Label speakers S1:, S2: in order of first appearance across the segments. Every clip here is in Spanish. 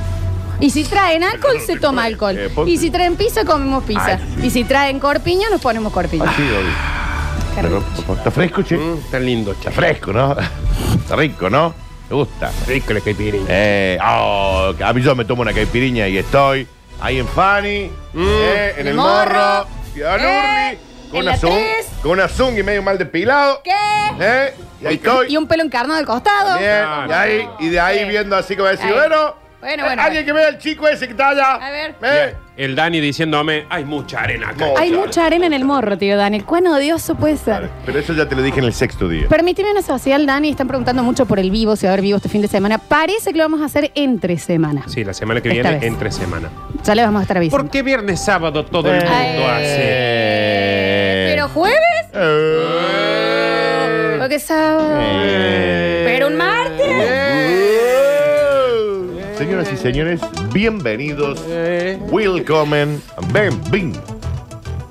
S1: Y si traen alcohol, se toma alcohol.
S2: Eh, por-
S1: Y si traen pizza, comemos pizza. Y si traen corpiño, nos ponemos corpiño.
S2: Ah, sí, obvio.
S1: Qué rico.
S2: Pero, pues, ¿Está fresco, che?
S3: Está lindo,
S2: Está fresco, ¿no? Está rico, ¿no? Me gusta.
S3: Rico el caipirinha.
S2: Eh, oh, a mí yo me tomo una caipiriña y estoy ahí en Fanny, eh, en
S1: En
S2: el
S1: Mm. el
S2: morro,
S1: morro,
S2: Ciudad
S1: eh,
S2: Urni,
S1: en
S2: con, una
S1: la
S2: zung,
S1: tres.
S2: con una zung y medio mal depilado.
S1: ¿Qué?
S2: Eh, y ahí estoy.
S1: Y un pelo encarnado al costado.
S2: Bien,
S3: No,
S2: y, ahí, y de ahí
S1: Sí.
S2: viendo así como decir,
S1: Ahí.
S2: bueno,
S1: Bueno,
S2: eh,
S1: bueno,
S2: alguien
S1: bueno.
S2: que vea al chico ese que está allá.
S1: A ver.
S2: Eh,
S3: El Dani diciéndome, hay mucha arena acá.
S2: Mo-
S1: Hay
S2: Claro.
S1: mucha arena en el morro, tío Daniel. Cuán odioso puede ser.
S2: Pero eso ya te lo dije en el sexto día.
S1: Permíteme una social, Dani. Están preguntando mucho por el vivo, si va a haber vivo este fin de semana. Parece que lo vamos a hacer entre semana.
S3: Sí, la semana que
S1: Esta
S3: viene,
S1: vez.
S3: entre semana.
S1: Ya le vamos a estar avisando.
S3: ¿Por qué viernes, sábado todo
S2: Eh.
S3: el mundo hace?
S1: Eh, ¿Pero jueves?
S2: Eh.
S1: Porque sábado.
S2: Eh.
S1: Pero un martes.
S2: Eh. Señoras y señores, bienvenidos, Eh.
S3: Eh.
S2: welcome, benvin,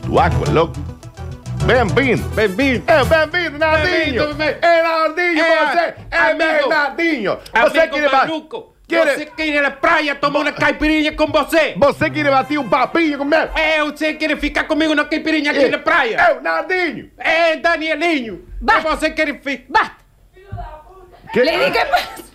S2: tuaco, loco, benvin,
S3: Ven, ven.
S2: eh, benvin, Nardinho,
S3: Benvin, benvin.
S2: eh, Nardinho,
S3: Eh,
S2: você, eh,
S3: amigo.
S2: Nardinho, você
S3: Amigo
S2: quiere ba-
S3: Maluco,
S2: quiere-
S3: você quer ir à praia tomar uma caipirinha com você?
S2: você quiere bater um papinho comigo,
S3: É, você quer ficar comigo na caipirinha aqui
S2: Eh,
S3: na praia?
S2: eh, Nardinho,
S3: É, Danielinho,
S1: Vai.
S3: é você quer ficar...
S1: ¡Basta!
S2: que-
S1: Le dije más.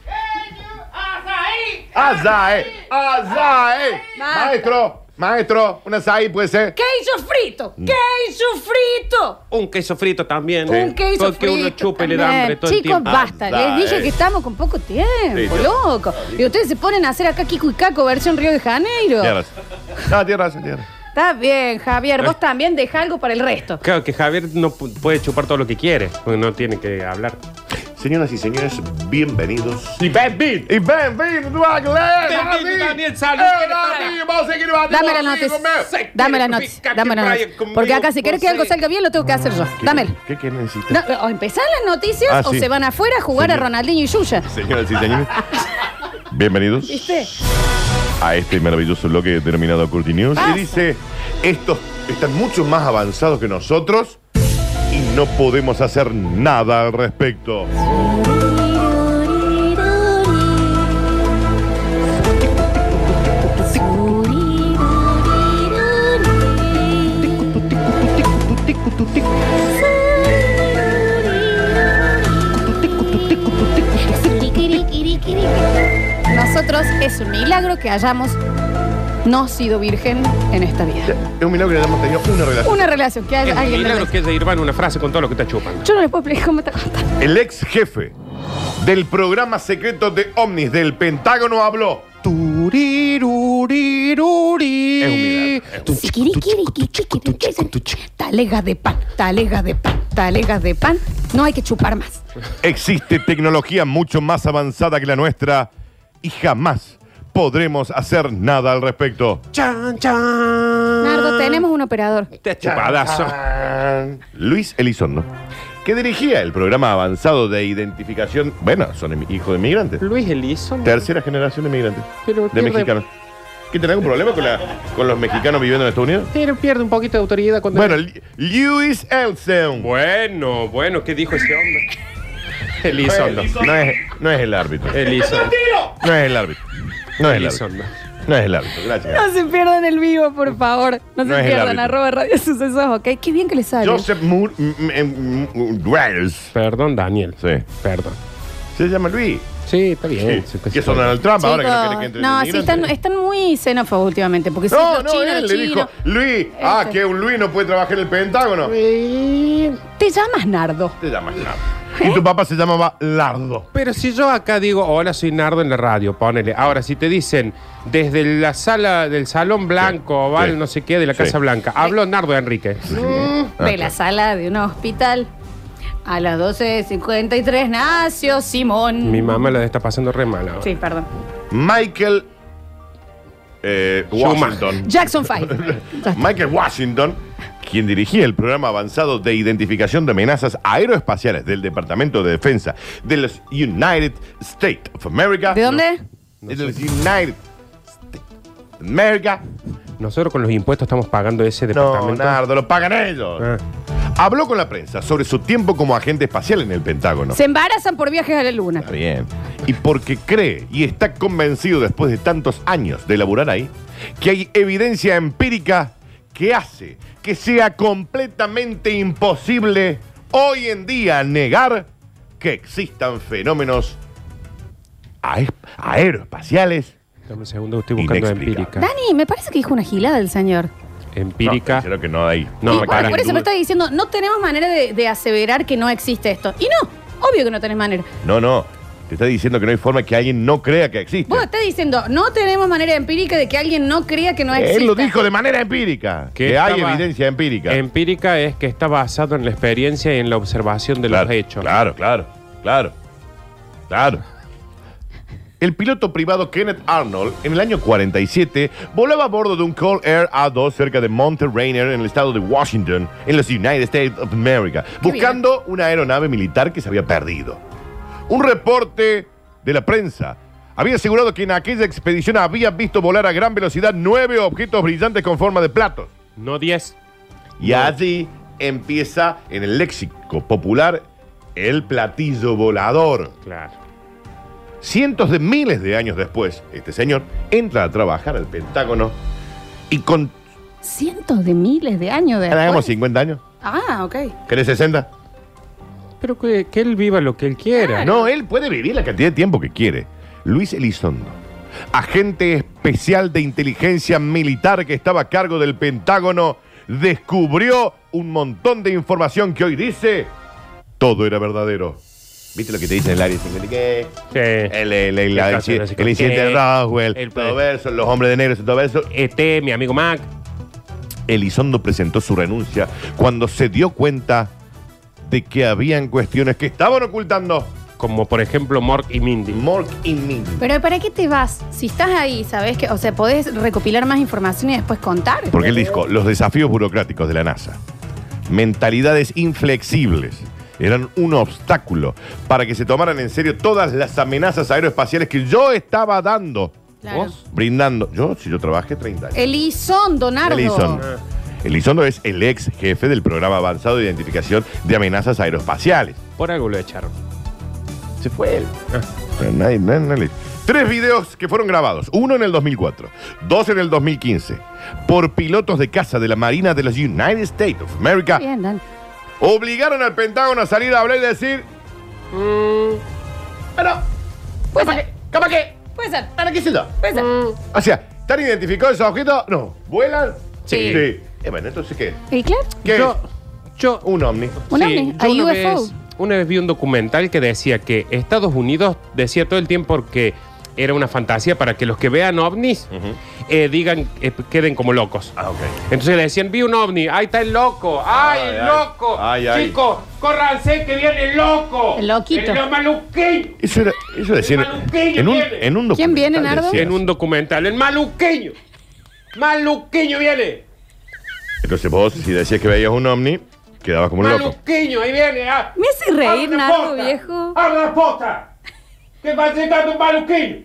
S2: Azae, azae,
S1: Basta.
S2: eh. maestro, maestro, un açaí puede ser,
S1: Queijo frito. Queijo frito.
S3: Un queso frito también.
S1: Un queso
S3: Porque
S1: frito.
S3: uno chupa y le da
S1: también.
S3: hambre todo el
S1: Chicos,
S3: tiempo. Ah,
S1: basta.
S2: Basta,
S1: Les dije
S2: eh.
S1: que estamos con poco tiempo,
S2: Sí, yo-
S1: loco. Y ustedes se ponen a hacer acá Kiko y Caco versión Río de Janeiro.
S2: Tienes razón. No, tienes razón, tienes razón.
S1: Está bien, Javier.
S3: Eh.
S1: Vos también deja algo para el resto.
S3: Claro que Javier no pu- puede chupar todo lo que quiere, porque no tiene que hablar.
S2: Señoras y señores, bienvenidos.
S3: Y Benvin,
S2: Y ven, ven, tú a Glenn.
S3: Ven,
S2: David.
S3: ven, Daniel, salud,
S2: Eh,
S3: que le
S2: David,
S3: traiga.
S2: vamos a seguir batiendo
S1: Dame la
S2: así,
S1: noticia.
S2: comer.
S3: Sí.
S1: Dame la
S3: Quiero
S1: noticia.
S3: picar
S1: Dame la
S3: que vaya
S1: noticia.
S3: conmigo, Ah,
S1: Porque acá, si querés que
S3: José.
S1: algo salga bien, lo tengo que hacer yo.
S2: ¿Qué-
S1: Dámela.
S2: ¿Qué, qué necesitas?
S1: No, o empezar las noticias
S2: Ah,
S1: o
S2: sí.
S1: se van afuera a jugar
S2: Señor.
S1: a Ronaldinho y Yuya.
S2: Señoras y señores, bienvenidos
S1: ¿Viste?
S2: a este maravilloso bloque denominado Curti News.
S1: Pasa.
S2: Y dice, estos están mucho más avanzados que nosotros y no podemos hacer nada al respecto.
S1: Nosotros es un milagro que hayamos no sido virgen en esta vida.
S2: Es un milagro que no hemos tenido una relación.
S1: Una relación que
S3: es
S1: haya
S3: un
S1: alguien.
S3: milagro
S1: no-
S3: que se irvan una frase con todo lo que te chupan.
S1: Yo no les puedo explicar cómo está contando.
S2: El ex jefe del programa secreto de Omnis del Pentágono habló.
S3: Es un milagro.
S1: Talegas de pan, talegas de pan, talegas de pan. No hay que chupar más.
S2: Existe tecnología mucho más avanzada que la nuestra y jamás podremos hacer nada al respecto.
S3: Chan, chan.
S1: Nardo, tenemos un operador.
S3: Te chupadazo.
S2: Luis Elizondo, que dirigía el programa avanzado de identificación, bueno, son em- hijos de inmigrantes,
S3: Luis Elison.
S2: tercera generación de inmigrantes,
S3: Pero
S2: de
S3: qué re-
S2: mexicanos. ¿Qué tenés algún problema con, la- con los mexicanos viviendo en Estados Unidos?
S3: Pero pierde un poquito de autoridad cuando.
S2: Bueno, Li- Luis Elson.
S3: bueno, bueno, ¿qué dijo ese hombre? Elizondo.
S2: No es, no es el árbitro.
S3: Elizondo.
S2: No es el árbitro. No es el árbitro.
S3: Elizondo.
S2: No es el árbitro. Gracias.
S1: No se pierdan el vivo, por favor. No,
S2: No es
S1: se
S2: el
S1: pierdan.
S2: árbitro.
S1: Arroba Radio Sucesos, ¿ok? Qué bien que les sale.
S2: Joseph Moore. m- m- m- Wells.
S3: Perdón, Daniel.
S2: Sí.
S3: Perdón.
S2: Se llama Luis.
S3: Sí, está bien.
S2: Sí. pues,
S3: Sí,
S2: Que son Donald Trump ahora que no quiere que
S1: Chicos,
S2: entre
S1: no, sí, están, están muy xenófobos últimamente. Porque sí,
S2: No,
S1: los
S2: no,
S1: chinos,
S2: él
S1: los
S2: le dijo,
S1: chinos.
S2: Luis, ah,
S1: Este.
S2: que un Luis no puede trabajar en el Pentágono.
S1: Te llamas Nardo.
S2: Te llamas Nardo. Y tu papá se llamaba Lardo.
S3: Pero si yo acá digo, hola, soy Nardo en la radio, ponele. Ahora, si te dicen, desde la sala del Salón Blanco,
S2: Sí,
S3: Val,
S2: sí.
S3: no sé qué, de la
S2: Sí.
S3: Casa Blanca, habló Nardo Enrique.
S2: Ah,
S1: de la sala de un hospital. A las 12.53 nació Simón.
S3: Mi mamá la está pasando re mal ahora.
S1: Sí, perdón.
S2: Michael eh, Washington.
S1: Jackson 5.
S2: Michael Washington, quien dirigía el programa avanzado de identificación de amenazas aeroespaciales del Departamento de Defensa de los United States of America.
S1: ¿De dónde?
S2: De los United States of America.
S3: Nosotros con los impuestos estamos pagando ese
S2: No,
S3: departamento.
S2: Nardo, lo pagan ellos.
S3: Ah.
S2: Habló con la prensa sobre su tiempo como agente espacial en el Pentágono.
S1: Se embarazan por viajes a la luna.
S2: Está bien. Y porque cree y está convencido después de tantos años de laburar ahí, que hay evidencia empírica que hace que sea completamente imposible hoy en día negar que existan fenómenos ae- aeroespaciales.
S3: Dame un segundo, estoy buscando empírica.
S2: Inexplicable.
S1: Dani, me parece que dijo una gilada el señor.
S3: Empírica.
S2: No, creo que no hay.
S3: No,
S1: Y
S2: hay
S1: por,
S3: para.
S1: por eso me está
S2: duda.
S1: diciendo, no tenemos manera de, de aseverar que no existe esto. Y no, obvio que no tenés manera.
S2: No, no. Te está diciendo que no hay forma que alguien no crea que existe.
S1: Vos estás diciendo, no tenemos manera empírica de que alguien no crea que no existe.
S2: Él lo dijo de manera empírica.
S3: Que
S2: Que hay
S3: estaba-
S2: evidencia empírica.
S3: Empírica es que está basado en la experiencia y en la observación de
S2: claro,
S3: los hechos.
S2: Claro, claro, claro, claro. El piloto privado Kenneth Arnold, en el año 47, volaba a bordo de un Call Air A2 cerca de Monte Rainier, en el estado de Washington, en los United States of America,
S1: Qué
S2: buscando una aeronave militar que se había perdido. Un reporte de la prensa había asegurado que en aquella expedición había visto volar a gran velocidad nueve objetos brillantes con forma de platos.
S3: No 10.
S2: Y allí empieza en el léxico popular el platillo volador.
S3: Claro.
S2: Cientos de miles de años después, este señor entra a trabajar al Pentágono y con...
S1: Cientos de miles de años de...
S2: Hagamos 50 años.
S1: Ah, ok.
S2: ¿Querés 60?
S3: Pero que, que él viva lo que él quiera.
S2: No, él puede vivir la cantidad de tiempo que quiere. Luis Elizondo, agente especial de inteligencia militar que estaba a cargo del Pentágono, descubrió un montón de información que hoy dice todo era verdadero. ¿Viste lo que te dice en el área 50? ¿Qué?
S3: Sí.
S2: El, el- el-
S3: La
S2: el-
S3: casa de los
S2: el
S3: psicólogos.
S2: incidente de
S3: Eh,
S2: Roswell,
S3: el-
S2: todo verso, los hombres de negro, todo verso.
S3: ET, E mi amigo Mac.
S2: Elizondo presentó su renuncia cuando se dio cuenta de que habían cuestiones que estaban ocultando.
S3: Como por ejemplo Mork y Mindy.
S2: Mork y Mindy.
S1: Pero ¿para qué te vas? Si estás ahí, ¿sabes que O sea, podés recopilar más información y después contar.
S2: Porque él dijo, los desafíos burocráticos de la NASA, mentalidades inflexibles, eran un obstáculo para que se tomaran en serio todas las amenazas aeroespaciales que yo estaba dando,
S1: Claro.
S3: ¿Vos?
S2: brindando. Yo, si yo trabajé 30 años.
S1: Elizondo, Nardo.
S2: Elizondo. Elizondo es el ex jefe del programa avanzado de identificación de amenazas aeroespaciales.
S3: Por algo lo echaron.
S2: Se fue él.
S3: Ah.
S2: Pero nadie- nadie- nadie- Tres videos que fueron grabados, uno en el 2004, dos en el 2015, por pilotos de caza de la Marina de los United States of America,
S1: Bien, Dan.
S2: obligaron al Pentágono a salir a hablar y decir, bueno,
S1: Puede
S2: capaz
S1: ser.
S2: que, capaz que,
S1: Puede ser.
S2: ahora qué sé yo.
S1: Puede ser.
S2: O sea, ¿están identificados esos objetos? No. ¿Vuelan?
S1: Sí.
S2: Eh, bueno, entonces, ¿qué?
S1: ¿Y claro?
S2: ¿Qué
S3: Yo,
S2: es?
S3: yo
S2: Un ovni.
S1: Un
S3: Sí,
S1: ovni,
S3: yo
S1: hay
S3: una
S1: UFO.
S3: Vez, una vez vi un documental que decía que Estados Unidos decía todo el tiempo que era una fantasía para que los que vean ovnis eh, digan eh, queden como locos.
S2: Ah, ok.
S3: Entonces le decían, vi un ovni, ahí está el loco, ay,
S2: Ay, ay.
S3: loco,
S2: Ay, ay.
S3: chicos, córranse que viene el loco.
S1: El loquito.
S3: El lo- maluqueño.
S2: Eso era, eso decían
S3: maluqueño
S2: en un, en
S3: viene.
S2: un documental.
S1: ¿Quién viene, Nardo?
S2: decían
S3: En un documental, el maluqueño. Maluqueño viene.
S2: Entonces vos, si decías que veías un ovni, quedabas como un loco.
S3: Maluqueño, ahí viene. ah.
S1: Me hace reír,
S3: Abre la
S1: Nardo,
S3: posta,
S1: viejo.
S3: ¡Abre la posta! ¡Que va llegando un maluquillo!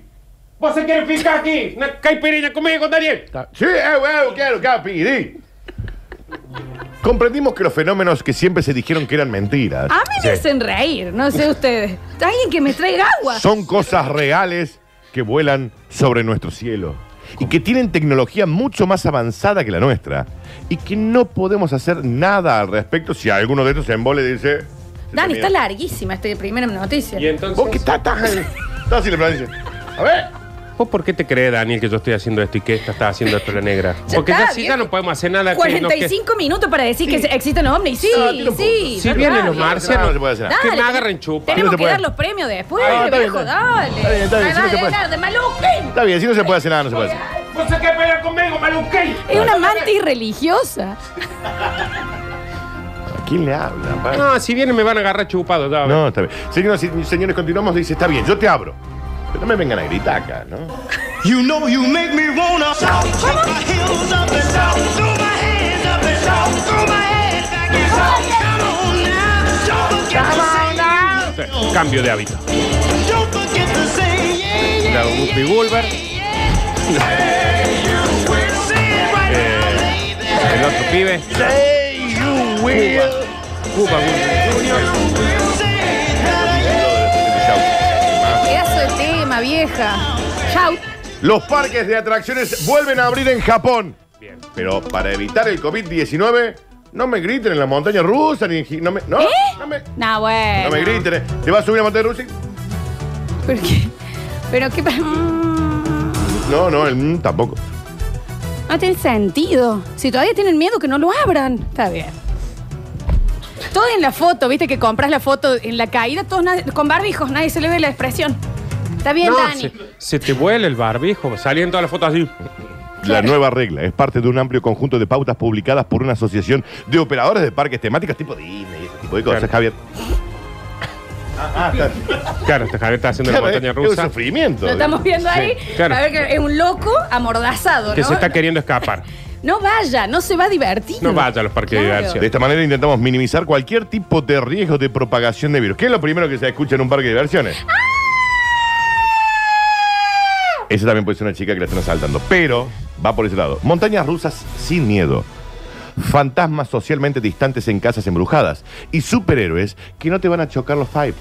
S3: ¡Vos se quiere fijar aquí! ¡Una caipirinha conmigo, Daniel!
S2: Sí, eh, huevo, quiero capiri. Comprendimos que los fenómenos que siempre se dijeron que eran mentiras
S1: A mí me hacen reír, no sé ustedes. Alguien que me traiga agua.
S2: son cosas reales que vuelan sobre nuestro cielo y que tienen tecnología mucho más avanzada que la nuestra y que no podemos hacer nada al respecto si alguno de estos se embole y dice...
S1: Dani, este
S2: "Mira,
S1: está larguísima esta primera noticia.
S3: Y entonces.
S2: Vos que estás tan- Está así la Florencia. A ver.
S3: ¿Vos por qué te crees, Daniel, que yo estoy haciendo esto y que esta está haciendo esto la negra?
S4: Ya
S3: Porque ya
S4: está,
S3: sí,
S4: viejo.
S3: ya no podemos hacer nada. que no- que-
S4: 45 minutos para decir que se- existen ovnis. Sí,
S2: Ah, tiene un
S4: sí.
S2: punto.
S3: Si
S4: dale,
S3: vienen los
S4: dale.
S2: mar-
S3: marcianos,
S2: No se puede hacer nada.
S3: que me
S4: Dale.
S3: agarren chupa.
S4: Tenemos
S2: no se
S4: que
S2: puede.
S4: dar los premios después,
S2: Ah, está bien,
S4: viejo,
S2: está bien.
S4: dale.
S2: Está bien, está bien, sí, no se
S4: Dale,
S2: puede.
S4: dale, maluquín.
S2: Está bien, si no se puede hacer nada, no se puede hacer.
S3: ¿Vos qué peleas conmigo, maluquín?
S4: Es una mantis religiosa.
S2: ¿A quién le habla? pa?
S3: No, si vienen me van a agarrar chupado. ya.
S2: No, está bien. Señoras y señores, continuamos. Dice, está bien, yo te abro. Pero no me vengan a gritar acá, ¿no?
S5: You know you make me wanna shout, kick my heels up and shout, throw my hands up and shout, throw my head back and shout. Come on now, don't forget to sing.
S3: Sí, Cambio de hábito.
S5: Don't forget to sing, yeah, yeah,
S3: La Guppy Gulber.
S5: sing right now,
S3: Eh,
S5: baby.
S3: El otro pibe.
S2: Say you will.
S3: Cuba Gooding Jr.
S5: Sing that I
S1: Pedazo de tema, vieja. Chau.
S2: Los parques de atracciones vuelven a abrir en Japón.
S3: Bien.
S2: Pero para evitar el COVID-19, no me griten en la montaña rusa ni en gi- no me, no, no me,
S1: No, bueno.
S2: no me griten. eh. ¿Te vas a subir a la montaña rusa?
S1: ¿Por qué? Pero qué. pa- Mm,
S2: No, no, el, mm, tampoco.
S1: No tiene sentido. Si todavía tienen miedo, que no lo abran. Está bien. Todo en la foto, viste que compras la foto en la caída, todos na- con barbijos, nadie se le ve la expresión. Está bien,
S3: No,
S1: Dani.
S3: se, se te vuela el barbijo. Salían todas las fotos así.
S2: La nueva regla es parte de un amplio conjunto de pautas publicadas por una asociación de operadores de parques temáticos tipo Disney y ese tipo de cosas,
S3: Claro.
S2: Javier. Ah, ah, está.
S3: Claro, este Javier está haciendo
S2: Claro,
S3: la
S2: es-
S3: montaña
S2: es un
S3: rusa.
S2: sufrimiento.
S1: Lo estamos viendo ahí.
S3: claro.
S1: A ver que es un loco amordazado,
S3: Que
S1: ¿no?
S3: se está queriendo escapar.
S1: No vaya, no se va a divertir.
S3: No vaya a los parques de diversión.
S2: De esta manera intentamos minimizar cualquier tipo de riesgo de propagación de virus. ¿Qué es lo primero que se escucha en un parque de diversiones?
S1: ¡Ah!
S2: Esa también puede ser una chica que la están asaltando. Pero va por ese lado. Montañas rusas sin miedo. Fantasmas socialmente distantes en casas embrujadas. Y superhéroes que no te van a chocar los five.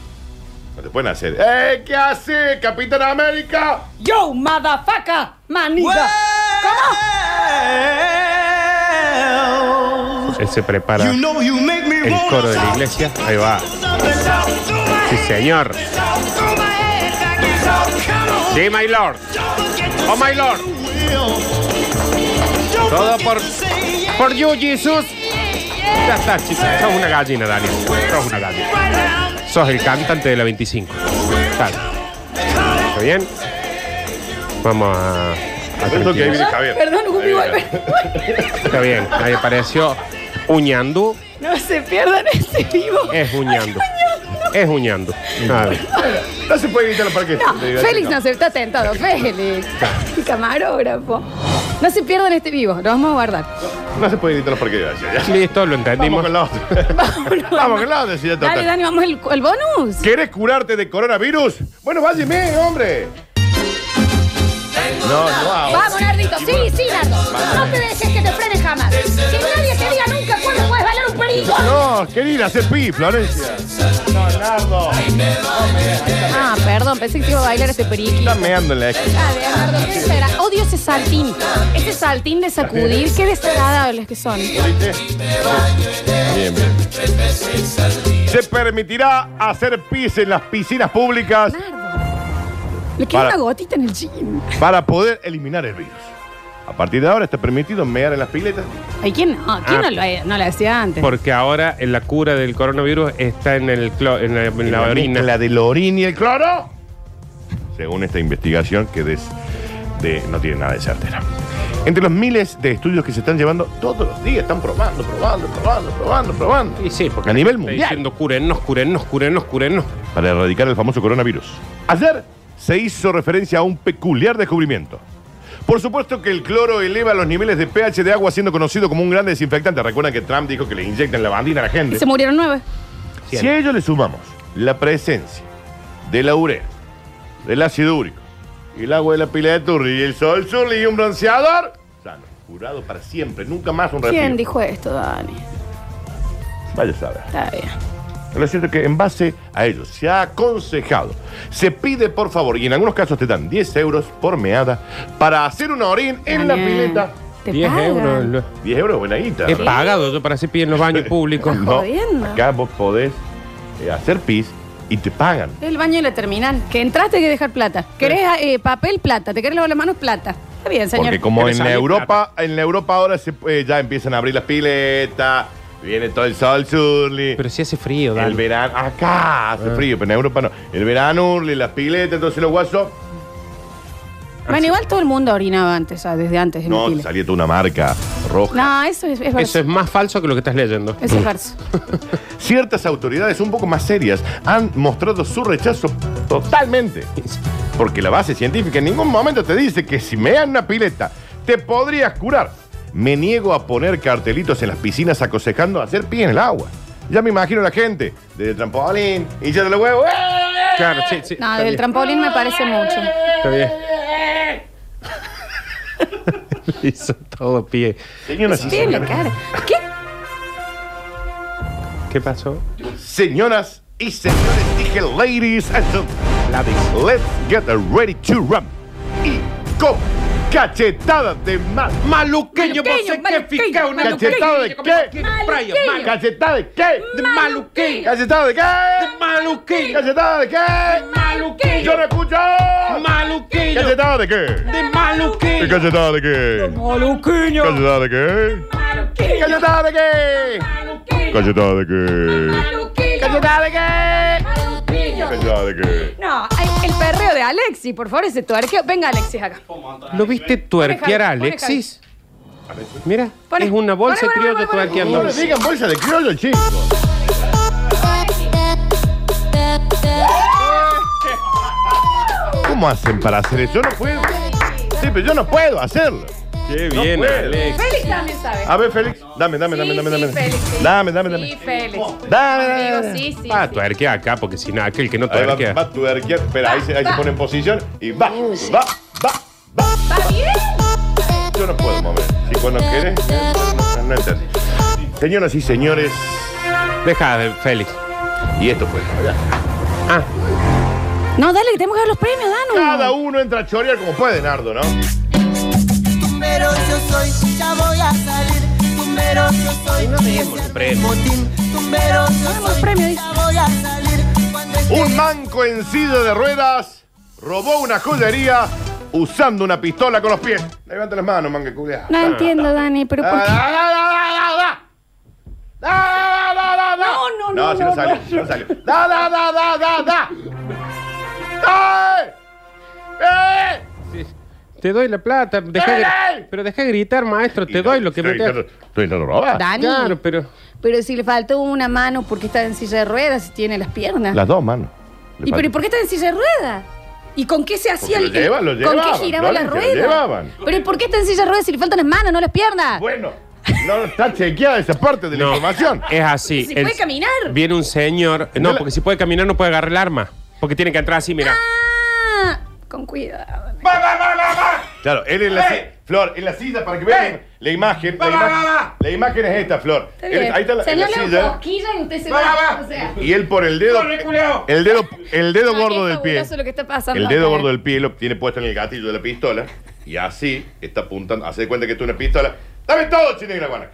S2: No te pueden hacer. ¡Eh! ¿Qué hace, Capitán América?
S1: Yo, motherfucker, manita.
S3: Él se prepara.
S5: You know you make me
S3: El
S5: wanna
S3: coro de la
S5: shout,
S3: iglesia.
S5: kick my
S3: Ahí va.
S5: heels up and shout, throw my
S3: Sí,
S5: hands
S3: señor.
S5: up and shout, throw my head back and shout. Come on
S3: Sí, my lord.
S5: Oh
S3: Oh, my lord. Todo por. Por you, Jesus. Ya está, chicos. Sos una gallina, Daniel. Sos una gallina. Sos el cantante de la 25. Claro. ¿Está bien? Vamos a. a
S2: Perdón, que ahí viene
S3: tranquilizar.
S2: Javier.
S1: Perdón, Gupi,
S2: Ahí viene.
S3: Está bien. Ahí apareció Uñandú.
S1: No se pierdan este vivo.
S3: Es Uñandú. Es Uñandú. A ver.
S2: No se puede evitar los parques de diversiones.
S1: Félix no se está tentado, Félix. Y camarógrafo. No se pierdan este vivo, lo vamos a guardar.
S2: No se puede evitar los parques de diversiones.
S3: Listo, lo
S2: Vamos
S3: entendimos.
S2: con la otra. Vamos con la otra, señor
S1: Dale,
S2: Total.
S1: Dani, vamos el, el bonus.
S2: ¿Querés curarte de coronavirus? Bueno, váyeme, hombre. No, no, ahora.
S6: Vamos, Nardito. Sí, sí, Nardo. No te dejes que te frenen jamás. Que nadie te diga nunca cuándo puedes bailar un perico.
S2: No, quería ir a hacer pi, Florencia. No, Nardo.
S1: Ah, perdón, pensé que te iba a bailar este periqui.
S2: Está meando en la
S1: Dale, Nardo,
S2: Ah.
S1: ¿qué será? Odio ese saltín. Ese saltín de sacudir, qué desagradables que son.
S2: Bien, bien. Se permitirá hacer pis en las piscinas públicas
S1: Nardo. Le queda
S2: Para.
S1: una gotita en el jean.
S2: para poder eliminar el virus. A partir de ahora está permitido mear en las piletas.
S1: Ay, ¿quién no? ¿Quién
S3: Ah.
S1: no, lo, eh, no lo hacía antes?
S3: Porque ahora eh, la cura del coronaviruz está en, el clo- en la, en la orina.
S2: La del orín y el cloro. Según esta investigación que des- de- no tiene nada de certera. Entre los miles de estudios que se están llevando todos los días, están probando, probando, probando, probando, probando.
S3: Y sí, porque
S2: A nivel
S3: está
S2: mundial.
S3: Diciendo, cúrennos, cúrennos, cúrennos, cúrennos.
S2: Para erradicar el famoso coronavirus. Ayer se hizo referencia a un peculiar descubrimiento. Por supuesto que el cloro eleva los niveles de pH de agua, siendo conocido como un gran desinfectante. Recuerdan que Trump dijo que le inyectan la bandina a la gente.
S1: Se murieron nueve.
S2: Si a ello le sumamos la presencia de la urea, del ácido úrico, y el agua de la pila de turri y el sol surli y un bronceador, sano, curado para siempre, nunca más un refugio.
S1: ¿Quién dijo esto, Dani?
S2: Vaya a saber.
S1: Está bien.
S2: Lo cierto es que en base a ello se ha aconsejado, se pide por favor, y en algunos casos te dan 10 euros por meada para hacer una orín en la
S1: Daniel,
S2: pileta.
S1: Te
S3: 10
S1: pagan.
S3: euros. lo-
S2: 10 euros, buena guita.
S3: He
S2: ¿no?
S3: pagado yo para hacer pie en los baños públicos.
S1: Jodiendo.
S2: acá vos podés eh, hacer pis y te pagan.
S1: El baño y la terminal. Que entraste hay que dejar plata. ¿Querés eh, papel? Plata. ¿Te querés lavar las manos? Plata. Está bien, señor.
S2: Porque como
S3: Quiere
S2: en
S3: salir
S2: Europa, en Europa ahora se, eh, ya empiezan a abrir las piletas, viene todo el sol surly.
S3: Pero si hace frío,
S2: el
S3: Dani.
S2: verano, acá hace frío, pero en Europa no. El verano urli, las piletas, entonces los guasos.
S1: Bueno, igual todo el mundo orinaba antes, ah, desde antes. En
S2: No,
S1: el
S2: te
S1: Chile.
S2: salía toda una marca roja.
S1: no eso es, es verso.
S3: Eso es más falso que lo que estás leyendo.
S1: Eso es verso.
S2: Ciertas autoridades un poco más serias han mostrado su rechazo totalmente. Porque la base científica en ningún momento te dice que si me dan una pileta, te podrías curar. Me niego a poner cartelitos en las piscinas aconsejando hacer pie en el agua. Ya me imagino la gente, desde el trampolín, y ya de los huevos. ¡eh!
S3: Claro, sí, sí.
S1: No,
S3: está
S1: del
S3: bien,
S1: trampolín me parece mucho.
S3: Está bien. Le hizo todo pie.
S2: Señoras y
S1: Tiene la
S2: señores,
S1: cara. ¿Qué?
S3: ¿Qué pasó?
S2: señoras y señores, dije ladies and gentlemen.
S3: Ladis.
S2: Let's get ready to run. Y con cachetada de mal.
S3: Maluqueño, vos
S4: Maluqueño,
S3: sé que
S4: maluqueño,
S3: fica una
S4: maluqueño.
S2: ¿Cachetada de qué?
S3: Maluqueño.
S2: ¿Cachetada de qué?
S3: De maluqueño.
S2: ¿Cachetada de qué?
S3: Maluqueño.
S2: ¿Cachetada de qué?
S3: Maluqueño.
S2: ¡Yo no escucho!
S3: Maluqueño.
S2: ¿Cachetada de qué?
S3: De
S2: ¿Y
S3: maluqueño.
S2: ¿Cachetada de qué?
S3: Maluqueño.
S2: ¿Cachetada de qué? ¿Cachetada de qué? ¿Cachetada de qué? ¿Cachetada de qué? ¿Cachetada de qué?
S4: No, ay, el perreo de Alexis, por favor, ese tuerqueo. Venga, Alexis, acá.
S3: ¿Lo viste tuerquear a
S4: Pone Javi, pues.
S3: Alexis? Mira,
S4: Pone-
S3: es una bolsa
S4: pone, pone,
S3: criolla
S4: pone, pone.
S2: No
S3: tuerqueando.
S2: le digan bolsa de criollo, chicos. ¿Cómo hacen para hacer eso? Yo no puedo. Sí, pero yo no puedo hacerlo.
S3: Qué
S2: No
S3: bien,
S2: puede.
S3: Alex.
S4: Félix también sabe.
S2: A ver, Félix, dame, dame, dame,
S4: Sí,
S2: dame,
S4: sí,
S2: dame.
S4: Félix, sí.
S2: Dame, dame, dame.
S4: Sí, Félix.
S2: Dame, dame,
S4: Digo,
S2: dame.
S4: sí, sí.
S3: Ah, tuerquea acá, porque si no, aquel que no
S2: Ahí va,
S3: tuerquea.
S2: va a tuerquear. Espera, ahí, se, ahí se pone en posición y va, va, va, va.
S4: ¿Está bien?
S2: Yo no puedo mover. Si cuando querés, no, no entendí. Señoras y señores,
S3: Deja, de- Félix.
S2: y esto fue.
S3: Ah,
S1: No, dale, que tenemos que dar los premios, Danu.
S2: Cada uno entra a chorear como puede, Nardo, ¿no?
S7: Tumbero yo soy, ya voy a salir. Tumbero yo soy, no
S3: demos premio.
S7: motín. Tumbero yo
S1: Demos
S7: soy,
S1: premio, dice.
S7: ya voy a salir. Cuando esté
S2: Un manco en silla de ruedas robó una joyería usando una pistola con los pies. Levanta las manos, manga culiada.
S1: No entiendo, Dani, pero ¿por qué?
S2: No, no, no. No, si no salió, si no salió. Da, da, da, da, da, da. ¡Eh! ¡Eh!
S3: te doy la plata. Deja de-
S2: ¡Dale!
S3: pero deja de gritar, maestro. Te doy lo que me
S2: Estoy
S3: te...
S2: intentando- Estoy intentando robar.
S1: Dani.
S3: Claro, pero...
S1: Pero si le faltó una mano, ¿por qué está en silla de ruedas y tiene las piernas?
S2: Las dos manos. Le
S1: ¿Y pero ¿y
S2: falta.
S1: por qué está en silla de ruedas? ¿Y con qué se hacía
S2: Porque
S1: el-
S2: lo lleva- lo
S1: ¿Con
S2: llevaban,
S1: qué giraba la
S2: Lola, se lo
S1: rueda?
S2: llevaban.
S1: Pero ¿y por qué está en silla de ruedas si le faltan las manos, no las piernas?
S2: Bueno, no está chequeada esa parte de la
S3: No. Eh,
S2: información.
S3: Es así.
S1: Si puede caminar.
S3: Viene un señor. No,
S2: la-
S3: porque si puede caminar no puede agarrar el arma. Porque tiene que entrar así, mira.
S1: Ah, con cuidado.
S2: Claro, él en la silla. Flor, en la silla para que vean la imagen. La, imagen la imagen es esta, Flor.
S1: Está
S2: Él-
S1: bien.
S2: ahí está la,
S1: Se
S2: en
S1: le
S2: la
S1: hago
S2: silla.
S1: cosquillas y usted se
S3: Va,
S1: va.
S3: va.
S1: O sea,
S2: Y él por el dedo.
S3: Corre, culiao.
S2: El dedo, el dedo
S1: no,
S2: gordo
S1: es
S2: del pie.
S1: fabuloso lo que está pasando
S2: El dedo
S1: acá. eh.
S2: gordo del pie lo tiene puesto en el gatillo de la pistola. Y así está apuntando. Hace de cuenta que tú una pistola. ¡Dame todo, chile guanaca!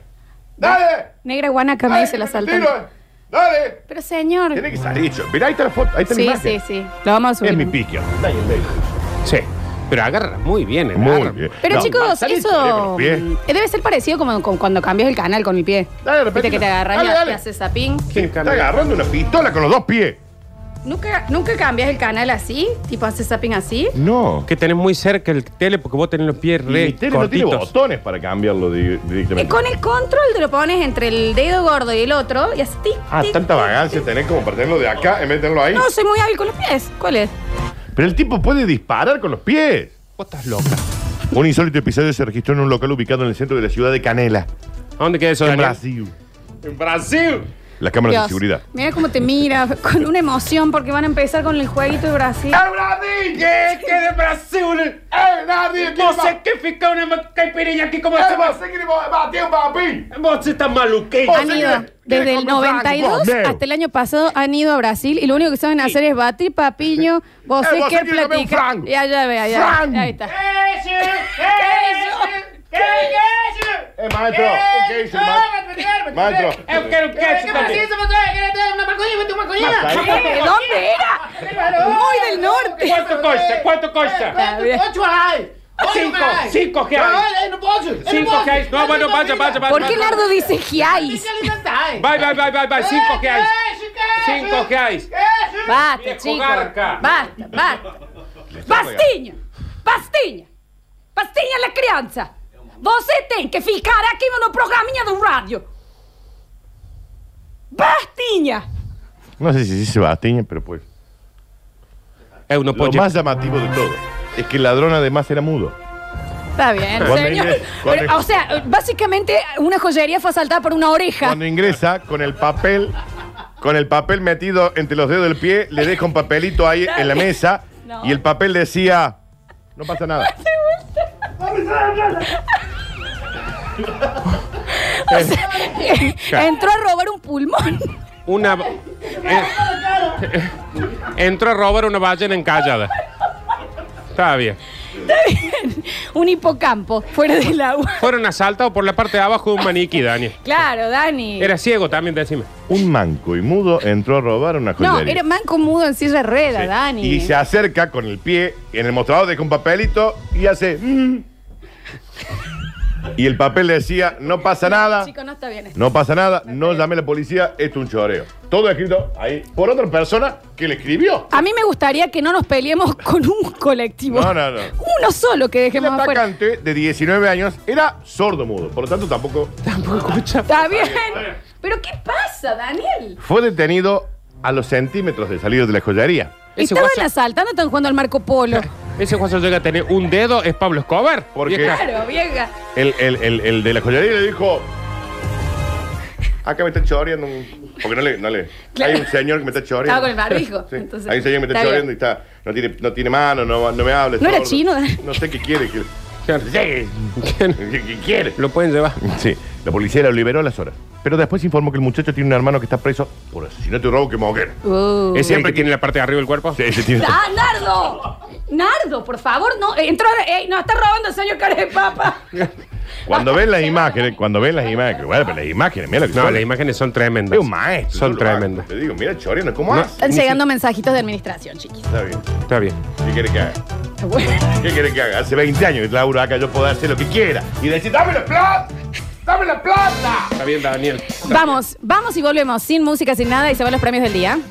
S2: ¡Dale!
S1: Negra guanaca me
S2: ¡Dale!
S1: dice la
S2: que me
S1: salta.
S2: tiro! ¡Dale!
S1: Pero señor.
S2: Tiene que salir hecho. Mirá, ahí está la foto. Ahí está la
S1: Sí, sí,
S2: imagen.
S1: sí. Lo vamos a subir.
S2: Es mi pique.
S3: Sí. Pero agarra muy bien el
S2: Muy
S3: arma.
S2: bien.
S1: Pero
S2: No, va a
S1: chicos,
S2: salir todavía con
S1: eso
S2: los pies.
S1: mm, debe ser parecido como con cuando cambias el canal con el pie. Viste
S2: Dale, repetila.
S1: que te agarras
S2: Dale,
S1: y
S2: dale.
S1: te haces zapping.
S2: Sí, está agarrando una pistola con los dos pies.
S1: ¿Nunca, ¿Nunca cambias el canal así? ¿Tipo haces zapping así?
S2: No.
S3: Que tenés muy cerca el tele porque vos tenés los pies
S2: Mi
S3: re
S2: tele no tiene
S3: cortitos.
S2: botones para cambiarlo di-
S1: Eh,
S2: directamente.
S1: con el control te lo pones entre el dedo gordo y el otro y así. tic,
S2: Ah,
S1: tic,
S2: tanta
S1: tic.
S2: vagancia tenés como para tenerlo de acá en vez de tenerlo ahí.
S1: No, soy muy hábil con los pies. ¿Cuál es?
S2: Pero el tipo puede disparar con los pies.
S3: Vos estás loca.
S2: Un insólito episodio se registró en un local ubicado en el centro de la ciudad de Canela,
S3: ¿A dónde queda eso,
S2: en
S3: Daniel?
S2: Brasil.
S3: En Brasil.
S2: Las cámaras
S1: Dios,
S2: de seguridad.
S1: Mira cómo te mira con una emoción porque van a empezar con el jueguito de Brasil.
S3: Brasil! ¡Que que de Brasil! ¡Vos sé que fica una caipirinha aquí como se va! Eh. ¡Vos estás maluqueño!
S1: Han ido desde el 92 hasta el año pasado han ido a Brasil y lo único que saben hacer es batir papiño, vos
S2: Eh,
S1: sé
S2: vos sé
S1: que
S2: que yo me un
S1: platicar.
S2: frango.
S1: Y allá ve, allá.
S2: Frango.
S1: Ahí está.
S2: Eh, maestro, ¿qué hizo el ma- maestro?
S3: Eh, ¡Eu quero um queijo também!
S8: le metió una colina?
S3: Más ahí.
S1: ¿De dónde era? Muy del norte.
S3: ¿Cuánto costa? ¿Cuánto costa?
S1: Está bien.
S5: Ocho hay. Ocho
S3: Cinco,
S5: hay.
S3: cinco que hay.
S5: No, eh, no puedo. eh, no
S3: Cinco
S5: puedo.
S3: que hay. No, bueno, vaya, vaya, vaya.
S1: ¿Por qué Nardo dice Giais?
S3: Bye, bye, bye, bye, bye. Cinco que hay. Cinco que hay.
S1: Basta,
S3: Viejo
S1: chicos.
S3: garca.
S1: Basta, basta. Pastiña! Pastiña! Pastiña alla crianza! Você tem que ficar aqui no programinha do rádio! Pastinha!
S2: No sé si dice Bastiña, pero pues.
S3: Es uno
S2: Lo más llamativo de todo es que el ladrón además era mudo.
S9: Está bien.
S2: Cuando
S1: Señor,
S2: ingresa- cuando-
S1: o sea, básicamente una joyería fue asaltada por una oreja.
S2: Cuando ingresa con el papel, con el papel metido entre los dedos del pie, le deja un papelito ahí en la mesa
S1: No.
S2: y el papel decía, no pasa nada.
S1: Entró a robar un pulmón.
S3: Una. eh, entró a robar una ballena encallada. Está bien.
S1: un hipocampo fuera del agua.
S3: Fueron asaltados por la parte de abajo de un maniquí, Daniel.
S1: Claro, Dani.
S3: Era ciego también, decime.
S2: Un manco y mudo entró a robar una
S1: no,
S2: joyería.
S1: era manco mudo en silla de rueda, Dani.
S2: Y se acerca con el pie, en el mostrador deja un papelito y hace... "Mm". Y el papel decía, no pasa nada.
S1: Chico, no está bien. esto.
S2: No pasa nada, no llamé a la policía, esto es un choreo. Todo escrito ahí por otra persona que le escribió.
S1: A mí me gustaría que no nos peleemos con un colectivo.
S2: No, no, no.
S1: Uno solo que
S2: El
S1: dejemos afuera.
S2: atacante de 19 años era sordo mudo, por lo tanto tampoco
S1: Está bien. Pero ¿qué pasa, Daniel?
S2: fue detenido a los centímetros de salir de la joyería.
S3: Ese
S1: Estaban
S3: guaso-
S1: asaltando, están jugando al Marco Polo.
S3: Ese guaso llega a tener un dedo, es Pablo Escobar.
S2: Porque-
S3: Vieja.
S1: Claro, vieja.
S2: El, el- el- el de la joyería le dijo: Acá me está choreando un. Porque no le. No le
S1: Claro.
S2: Hay un señor que me está choreando.
S1: Estaba con el barbijo.
S2: Sí,
S1: entonces,
S2: Hay un señor que me está,
S1: bien.
S2: choreando y está. No tiene, no tiene mano, no, no me habla. es
S1: No era
S2: sordo.
S1: chino, ¿eh?
S2: No sé qué quiere. Que,
S3: Llegue. ¿Quién
S2: que- que quiere?
S3: Lo pueden llevar.
S2: Sí, la policía lo liberó a las horas. Pero después informó que el muchacho tiene un hermano que está preso por asesinato y robo que moquero.
S1: Uh.
S3: ¿Ese es el
S2: Siempre
S3: que tiene la parte de arriba del cuerpo?
S2: Sí, ese tiene-
S1: ¡Ah, Nardo! Nardo, por favor, no. eh, Entró. eh, no, está robando el señor cara de papa.
S2: Cuando ven las imágenes, cuando ven las imágenes, bueno, pero las imágenes, mira lo que
S3: No,
S2: son.
S3: las imágenes son tremendas.
S2: Es un maestro.
S3: Son
S2: yo lo hago.
S3: tremendas.
S2: Te digo, mira, Choriano, ¿cómo
S3: No.
S2: hace?
S9: Están llegando mensajitos de administración, chiquis.
S2: Está bien.
S3: Está bien.
S2: ¿Qué quiere que haga?
S1: Bueno,
S2: ¿Qué quiere que haga? Hace 20 años que laburo acá, yo puedo hacer lo que quiera. Y decir, dame la plata, dame la plata.
S3: Está bien, Daniel.
S1: vamos, vamos y volvemos sin música, sin nada y se van los premios del día.